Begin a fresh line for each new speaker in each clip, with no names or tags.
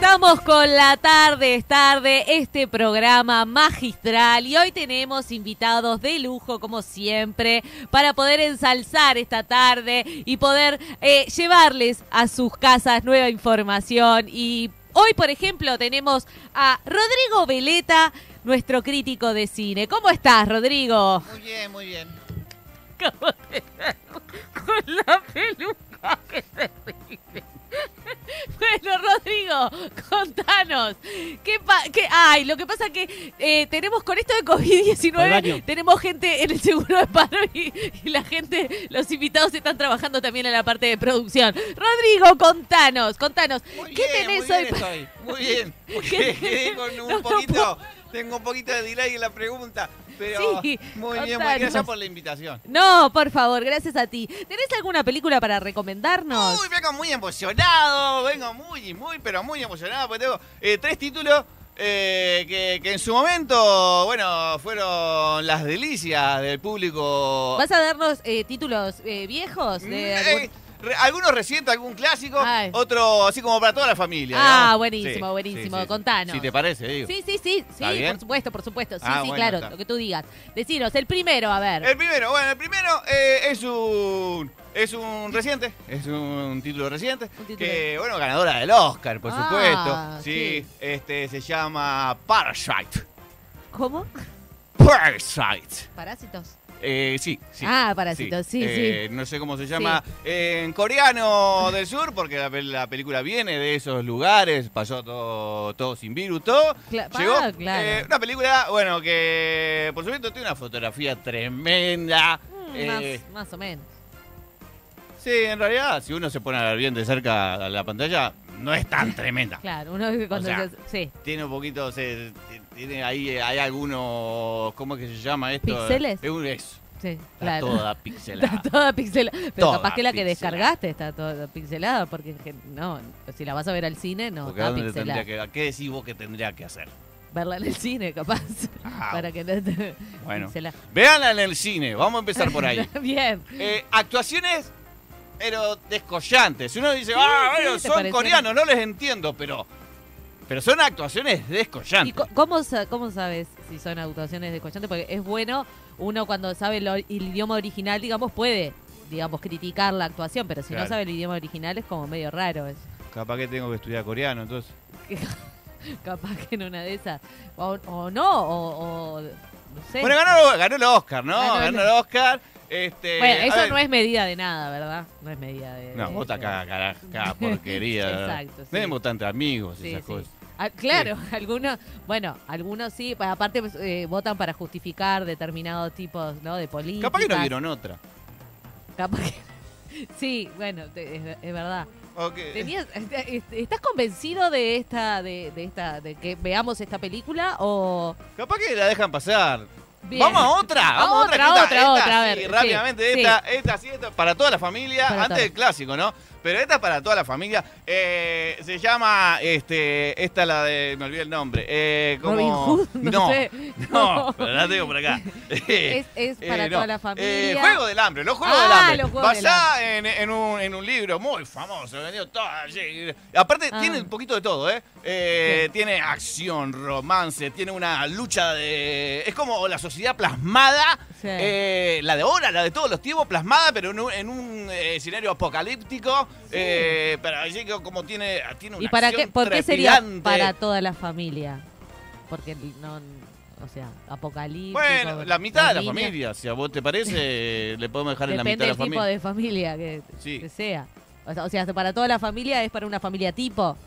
Vamos con la tarde, es tarde, este programa magistral y hoy tenemos invitados de lujo como siempre para poder ensalzar esta tarde y poder eh, llevarles a sus casas nueva información y hoy por ejemplo tenemos a Rodrigo Veleta, nuestro crítico de cine. ¿Cómo estás Rodrigo?
Muy bien, muy bien.
¿Cómo te con la peluca que se ríe? Bueno, Rodrigo, contanos. ¿Qué pa qué- ay, lo que pasa que eh, tenemos con esto de
Al baño.
COVID-19, tenemos gente en el seguro de paro y, y la gente, los invitados están trabajando también en la parte de producción. Rodrigo, contanos, contanos.
Muy
¿Qué tenés
bien, muy
hoy?
bien
pa-
estoy. Muy bien. Porque quedé con un
No, no
poquito, tengo un poquito de delay en la pregunta. Pero
Sí,
muy bien, muy
contanos.
gracias por la invitación.
No, por favor, gracias a ti. ¿Tenés alguna película para recomendarnos?
Uy, vengo muy emocionado, vengo muy, muy, pero muy emocionado, porque tengo eh, tres títulos eh, que, que en su momento, bueno, fueron las delicias del público.
¿Vas a darnos eh, títulos eh, viejos? De
Mm,
algún-
eh, re- algunos recientes, algún clásico,
Ay.
otro así como para toda la familia.
Ah,
¿no?
buenísimo, buenísimo, contanos.
Si te parece, digo.
Sí, sí, sí, sí,
¿Está bien?
por supuesto, por supuesto. Sí,
Ah,
sí,
bueno,
claro,
está.
lo que tú digas. Decinos, el primero, a ver.
El primero, bueno, el primero eh, es un es un reciente, es un título reciente,
Un título.
que bueno, ganadora del Oscar, por
Ah,
supuesto. Sí,
sí.
este se llama Parasite.
¿Cómo?
Parasite.
Parásitos.
Eh, sí, sí.
Ah, Parásitos, sí,
Eh, No sé cómo se llama eh, en coreano del sur, porque la, pel- la película viene de esos lugares, pasó todo, todo sin virus, todo.
Cla-
Llegó.
ah, claro.
Eh, una película, bueno, que por supuesto tiene una fotografía tremenda.
Mm,
eh,
más, más o menos.
Sí, en realidad, si uno se pone a ver bien de cerca a la pantalla, no es tan tremenda.
Claro, uno que cuando...
O sea,
se- sí.
Tiene un poquito, se- tiene ahí, eh, hay algunos, ¿cómo es que se llama esto?
¿Píxeles?
Es un eso,
Sí,
está
claro.
toda
Está
pixelada.
toda pixelada. Pero
Toda
capaz que la que
pixelada.
descargaste está toda pixelada, porque gen- no, si la vas a ver al cine, no
Porque ¿a
está
dónde tendría
pixelada.
que, a ¿Qué decís vos que tendría que hacer?
Verla en el cine, capaz.
Ah,
para que no te.
bueno.
pixelada.
Veanla en el cine, vamos a empezar por ahí.
Bien.
Eh, actuaciones, pero descollantes. Uno dice,
Sí,
ah,
sí,
bueno,
¿te
son
parecieron?
coreanos, no les entiendo, pero... Pero son actuaciones
¿Y
descollantes.
co- cómo, sa- cómo sabes si son actuaciones descollantes? Porque es bueno, uno cuando sabe el, or- el idioma original, digamos, puede, digamos, criticar la actuación, pero si no
Claro.
sabe el idioma original es como medio raro. Es,
Capaz que tengo que estudiar coreano, entonces...
capaz que en una de esas. O, o no, o, o no sé.
Bueno, ganó, ganó el Oscar, ¿no?
Ganó
Ganó,
el-
el Oscar. Este,
Bueno,
a
eso
ver-
no es medida de nada, ¿verdad? No es medida de.
No,
de-
vota
de-
cada, cara- cada porquería.
Exacto, sí.
Tenemos tantos amigos,
Sí,
esas
sí.
cosas.
Ah, claro, algunos, bueno, algunos sí, pa- aparte pues, eh, votan para justificar determinados tipos ¿no? de políticas.
Capaz que no vieron otra.
Capaz que- Ah, Sí, bueno, te- es, ver- es verdad. Tenías- est- est- ¿Estás convencido de esta, de, de esta, de que veamos esta película o
Capaz que la dejan pasar.
Bien.
Vamos a otra, vamos a otra.
otra,
que
otra, otra, a ver,
sí,
sí,
rápidamente,
sí.
esta, esta, sí, esta, para toda la familia,
Para
antes
todos.
del clásico, ¿no? Pero esta es para toda la familia. Eh, se llama, este, esta la de, me olvidé el nombre. Eh, como,
Robin Hood? No,
no,
sé.
no, pero la tengo por acá.
Es, es
Eh,
para
no.
toda la
Eh,
familia.
Juego del Hambre, los Juegos
Ah,
del Hambre.
los Juegos del
Basada en, en un, en un libro muy famoso, vendió todo allí. Aparte,
Ah.
tiene un poquito de todo, ¿eh? Eh, Tiene acción, romance, tiene una lucha de. Es como la sociedad plasmada,
Sí.
eh, la de ahora, la de todos los tiempos, plasmada, pero en un, en un, eh, escenario apocalíptico. eh, pero allí que como tiene, tiene una.
¿Y para qué,
acción
por qué sería
trepidante.
para toda la familia? Porque no, o sea, apocalipsis.
Bueno, la mitad de la familia, si a vos te parece, le podemos dejar en la
Depende
mitad de la
del tipo de
familia.
familia que,
Sí.
que sea. O sea, o sea, para toda la familia es para una familia tipo.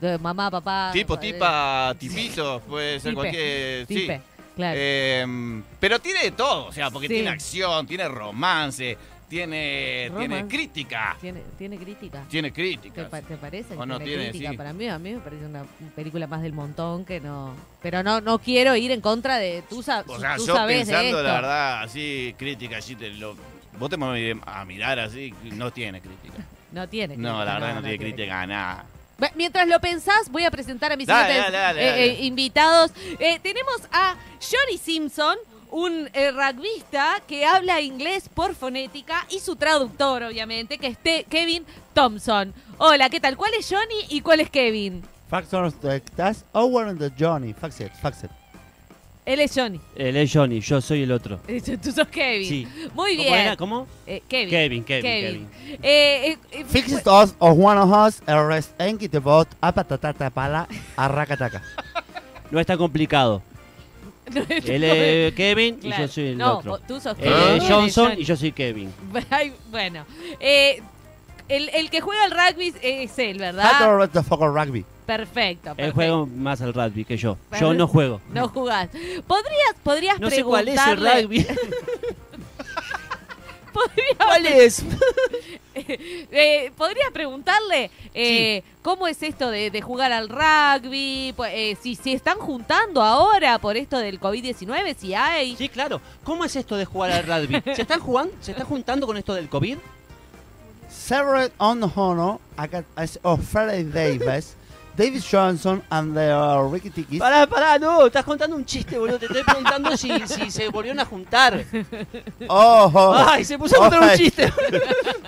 De mamá, papá. eh,
Tipo,
padre,
tipa, tipito, puede
Ah,
ser
Tipe,
cualquier. Sí.
tipe, claro.
Em, pero tiene de todo, o sea, porque
Sí.
tiene acción, tiene romance, tiene,
Romance.
tiene crítica.
¿Tiene, tiene crítica.
Tiene
¿Te,
crítica.
pa- te parece? que
O no tiene,
crítica?
sí.
Para mí, a mí me parece una película más del montón que no. Pero no, no quiero ir en contra de. Tú, sa-
O sea,
tú
yo
sabes de
pensando,
esto.
la verdad, así, crítica, así te lo. Vos te pones a mirar así, no tiene crítica.
No tiene.
No,
crítica,
la verdad no tiene crítica, nada.
Ve- Mientras lo pensás, voy a presentar a mis
Dale,
siguientes
dale, dale,
eh,
dale.
eh, invitados. Eh, tenemos a Johnny Simpson, un eh, rugbyista que habla inglés por fonética y su traductor, obviamente, que es Te- Kevin Thompson. Hola, ¿qué tal? ¿Cuál es Johnny y cuál es Kevin?
Factors like that's over on the Johnny. Fax it, fax it.
Él es Johnny.
Él Eh, es Johnny, yo soy el otro.
Tú sos Kevin.
Sí.
Muy
¿Cómo
bien.
era? ¿Cómo?
Eh, Kevin.
Kevin, Kevin,
Eh, eh, eh,
Fix it us or one of us, el rest en que te bot, apatatata pala, arracataca.
No está complicado.
no, no,
Él es Kevin y
claro.
yo soy el
no,
otro.
vos- tú sos
Él
Kevin.
es
él es
Johnson
Johnny.
y yo soy Kevin.
Ay, bueno. Eh, el, el que juega al rugby es él, ¿verdad?
Factor of the fucker rugby.
Perfecto.
Él
perfecto.
juega más al rugby que yo.
Pero-
Yo no juego.
No jugás. ¿Podrías, podrías
No sé cuál
preguntarle...
es el rugby.
¿Podrías,
¿Cuál es?
eh, podrías preguntarle eh, cómo es esto de, de jugar al rugby, po- eh, si se están juntando ahora por esto del COVID-19, si hay...
Sí, claro. ¿Cómo es esto de jugar al rugby? ¿Se están jugando? ¿Se están juntando con esto del COVID?
Severed on honor acá- as of Freddy oh, Davis, David Johnson and the uh, Ricky Tikis.
Pará, pará, no, estás contando un chiste, boludo. Te estoy preguntando si, si se volvieron a juntar.
Oh, oh,
Ay, se puso a contar un
Ay.
chiste.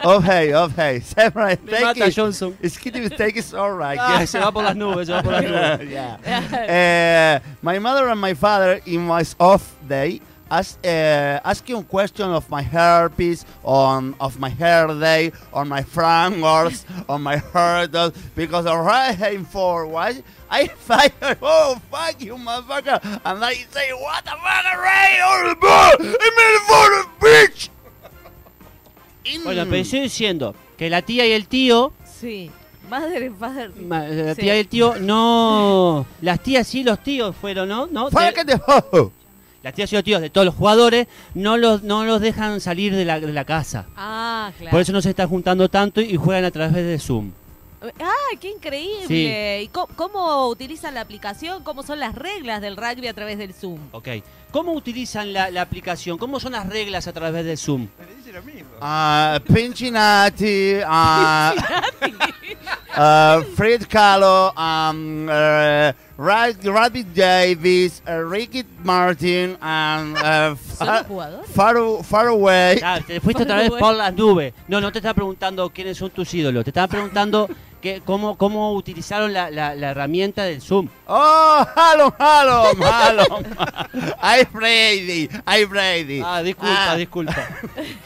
oh, hey, oh, hey. Severed
Me mata
Davis.
Johnson.
Skitty Steak is alright.
Ah,
yes.
se va por las nubes, se va por las nubes.
yeah. Uh, my mother and my father, in my off day, ask, uh, asking question of my hairpiece, on of my hair day, on my frangers, on my hair does, because I right hand for what? I fire, oh fuck you, motherfucker! And I say, what the fuck, Ray? Oh, the ball! I made a bitch! In-
Bueno,
Mm.
pero estoy diciendo que la tía y el tío,
Sí. Madre, padre.
ma- la
Sí.
tía y el tío, no, las tías y los tíos fueron, ¿no? ¿No? De-
Fuck the hoe!
las tías y los tíos de todos los jugadores no los, no los dejan salir de la, de la casa.
Ah, claro.
Por eso no se están juntando tanto y juegan a través de Zoom.
Ah, qué increíble.
Sí.
¿Y co- cómo, utilizan la aplicación? ¿Cómo son las reglas del rugby a través del Zoom?
Ok. ¿Cómo utilizan la, la aplicación? ¿Cómo son las reglas a través de Zoom?
Me dice lo mismo.
Uh, Pincinati, uh, uh, Fred Kahlo, um, uh, Rad- Radby Davis, uh, Ricky Martin, and uh,
¿Son los
far,
jugadores?
far, far
Eh,
away.
Ah, te fuiste otra vez por las nubes. No, no te estaba preguntando quiénes son tus ídolos. Te estaba preguntando que, cómo, cómo utilizaron la, la- la herramienta del Zoom.
Oh, hello, hello, hello. I'm Brady, I'm Brady.
Ah, disculpa,
Ah.
disculpa.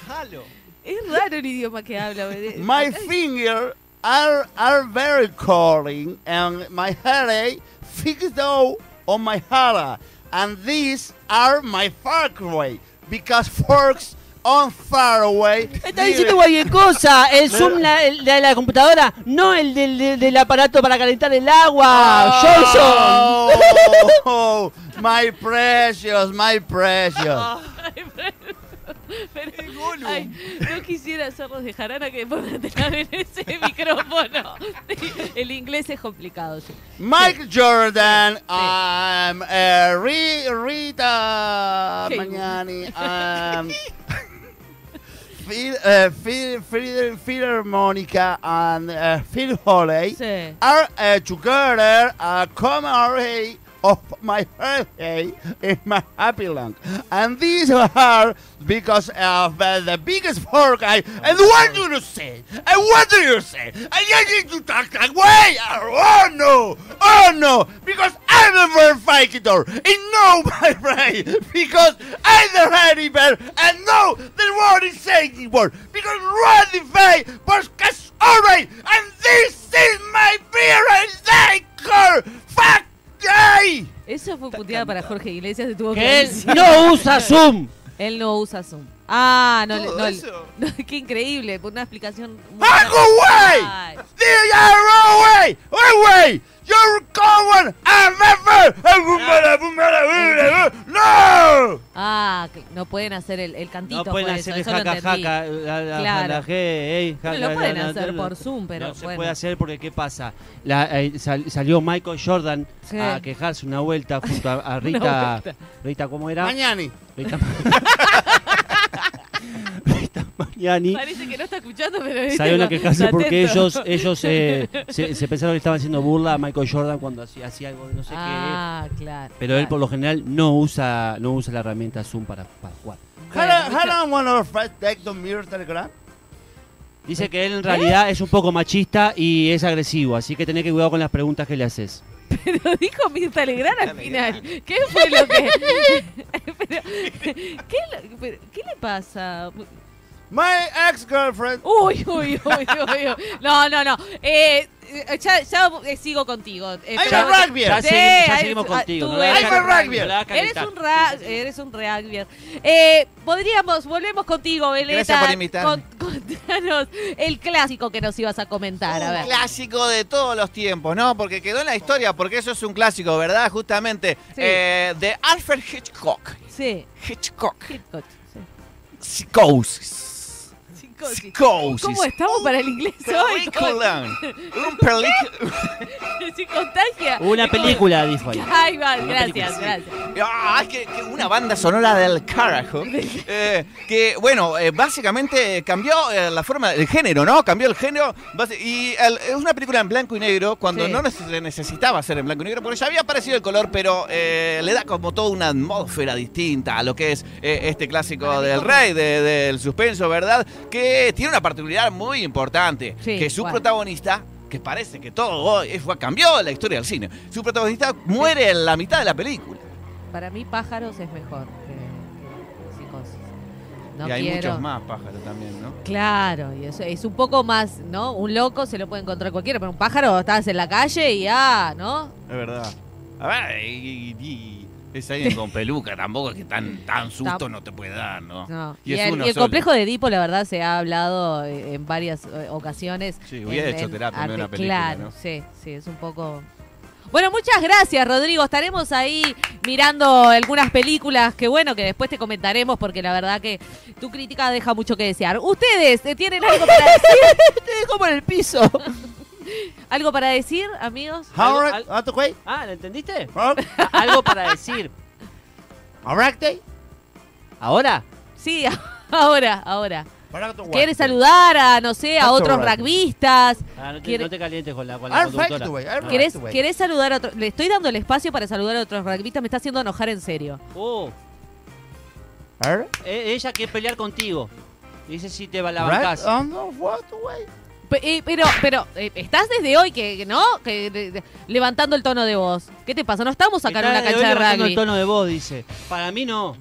Halo.
Es raro el idioma que habla. boludo.
My
Acá-
finger are are very calling, and my headache fixed out on my head, and these are my fork way because forks on far away.
Está diciendo cualquier cosa. El Zoom la- el de la computadara, no el del, del- del aparato para calentar el agua. Johnson.
Oh, my precious, my precious.
Pero- ay, no quisiera hacerlos de jarana que después van a tener en ese micrófono. El inglés es complicado. sí.
Mike Jordan, um, uh, Ri- Rita
Sí.
Magnani, um, Phil, uh, Phil, Phil, Phil Monica, and uh, Phil Holley
Sí.
are uh, together uh, a common array of my birthday in my happy long. And these are because of uh, the biggest fork I. and what do you say? And what do you say? I need you to talk that way! Oh no! Oh no! Because I'm a verificator! And no, my brain! Because I'm the ready bear! And no, the word is saying the word! Because ready bear was cast alright! And this is my beer and they call Fuck day!
Eso fue puteada para Jorge Iglesias. Se tuvo
Que
que
él
decir.
no usa Zoom.
Él no usa Zoom. Ah, no. le-
¿Todo
no le-
eso?
qué increíble. por Una explicación. muy-
Marco
Ay.
way! The arrow way! Way way! You're going! I'm ever! No!
Ah, cl- no pueden hacer el, el cantito.
No pueden
por eso,
hacer el
eso lo
jaca
entendí.
jaca. eh, la- la-
Claro.
la G, ey,
Bueno,
jaca,
lo pueden
la- la-
hacer
la-
por Zoom, pero
No se
bueno.
puede hacer porque ¿qué pasa? La- eh, sal- salió Michael Jordan
Sí.
a quejarse una vuelta junto a, a
Una
Rita.
vuelta.
Rita, ¿cómo era?
Mañani!
Rita, Rita Mariani.
Parece que no está escuchando, pero.
Salió una quejarse
está
porque
atento.
ellos, ellos eh, se, se pensaron que estaban haciendo burla a Michael Jordan cuando hacía, hacía algo de no sé
Ah, claro.
qué. Pero él
claro.
por lo general no usa, no usa la herramienta Zoom para, para jugar.
Bueno,
Had I, had I one of our friends take the mirror telegram?
Dice que él en realidad es un poco machista y es agresivo, así que tenés que cuidado con las preguntas que le haces.
Pero dijo Mirta Legrand al
Mirta
final. ¿Qué fue lo que.? Pero, ¿qué, lo- pero, ¿Qué le pasa?
My ex-girlfriend.
Uy, uy, uy, uy. uy. No, no, no. Eh, eh, ya ya eh, sigo contigo. Eh,
I'm
pero-
a rugby.
Ya,
Sí,
seguimos, ya
ahí-
seguimos
ah,
contigo.
tú
no la
eres-
dejas-
I'm a rugby.
no la dejas
Eres
calentar.
un, ra eres un rugby. Eh, podríamos, volvemos contigo, Beleta.
Gracias por invitarme.
Con- contanos el clásico que nos ibas a comentar. A
Un
ver.
clásico de todos los tiempos, ¿no? Porque quedó en la historia, porque eso es un clásico, ¿verdad? Justamente.
Sí.
eh, de Alfred Hitchcock.
Sí.
Hitchcock.
Hitchcock, sí.
Psicosis.
Psicosis.
Psicosis.
¿Cómo estamos para el inglés hoy?
Película. Un película.
Se contagia.
Una
Es como-
película, dijo ahí.
Ay, va,
Una
gracias,
película,
gracias.
Ah, que, que una banda sonora del carajo. Eh, que, bueno, eh, básicamente eh, cambió eh, la forma, el género, ¿no? Cambió el género. base- Y el- es una película en blanco y negro, cuando
Sí.
no neces- necesitaba ser en blanco y negro, porque ya había aparecido el color, pero eh, le da como toda una atmósfera distinta a lo que es eh, este clásico del rey, de- del suspenso, ¿verdad? Que tiene una particularidad muy importante,
Sí,
que su
¿cuál?
protagonista que parece que todo hoy fue, cambió la historia del cine. Su protagonista muere en la mitad de la película.
Para mí, pájaros es mejor que, que psicosis. No
y hay
quiero.
muchos más pájaros también, ¿no?
Claro, y eso es un poco más, ¿no? Un loco se lo puede encontrar cualquiera, pero un pájaro estás en la calle y ah, ¿no?
Es verdad. A ver, y, y- y- es alguien con peluca, tampoco es que tan, tan susto
Tam-
no te puede dar, ¿no?
No.
Y
Y,
es
el,
uno
y el
solo.
complejo de Edipo, la verdad, se ha hablado eh, en varias eh, ocasiones.
Sí, hubiera
En-
hecho
en
terapia en
arte.
una película,
Claro,
¿no?
sí, sí, es un poco. Bueno, muchas gracias, Rodrigo. Estaremos ahí mirando algunas películas que, bueno, que después te comentaremos porque la verdad que tu crítica deja mucho que desear. ¿Ustedes eh, tienen algo para decir?
Te dejo por el piso.
¿Algo para decir, amigos?
Howard,
Algo-
out the way.
Ah, ¿lo entendiste?
Huh?
Algo para decir.
Alright, day.
¿Ahora?
Sí, ahora, ahora.
Para the way.
¿Quieres saludar a, no sé, a
That's
otros
alright.
rugbyistas?
Ah, no, te,
Quiere-
no te calientes con la, con la
I'm right
conductora.
the way. I'm
¿Querés,
right the way.
querés saludar a otros? Le estoy dando el espacio para saludar a otros rugbyistas, me está haciendo enojar en serio.
Oh,
Alright.
e- ella quiere pelear contigo. Dice si te va la
Right
bancás.
on the what way.
Pe- eh, pero, pero, eh, estás desde hoy que, que ¿no? Que, de- de- levantando el tono de voz. ¿Qué te pasa? No estamos acá en
Está
una
de
cancha
hoy
de
levantando
rugby.
el tono de voz, dice. Para mí no.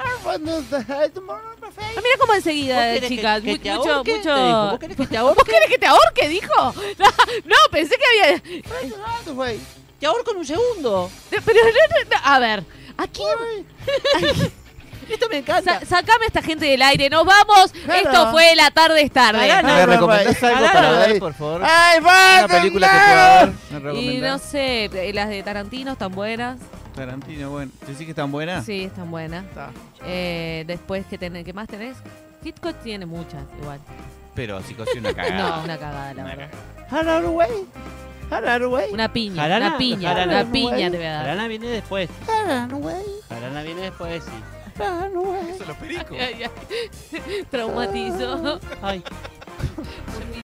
Everyone knows the head tomorrow, my face.
Ah, mira cómo
¿Vos
enseguida,
querés que-
chicas.
que
Mu-
te
mucho,
ahorque?
mucho.
Te dijo, ¿vos querés que te
¿Vos
ahorque?
querés que te ahorque? Dijo. No, no, pensé que había.
Right on the way.
Te ahorco en un segundo.
Pero, no, no, no. a ver, ¿a quién?
Esto me
Sa-
encanta.
sacame a esta gente del aire, nos vamos.
Claro.
Esto fue La Tarde es Tarde.
Pará,
¿Me recomendás
Pará,
algo
no,
para
no,
ver, por favor?
Ay, va
Una película que pueda ver. ¿Me
Y
recomendás?
no sé, eh, las de Tarantino están buenas.
Tarantino, bueno. ¿Te decís que es tan buena?
Sí, están buenas.
Está.
Eh, después, ¿qué, tenés, ¿qué más tenés? Hitchcock tiene muchas, igual.
Pero si cosí una cagada.
No, una cagada, la verdad.
Another way. Another way.
Una piña,
Jarana,
una piña,
jarana.
una piña te voy a dar.
Arana viene después.
Another way.
Arana viene después, sí.
Another way.
Eso es lo perico.
Ay, ay. Traumatizo.
Ay.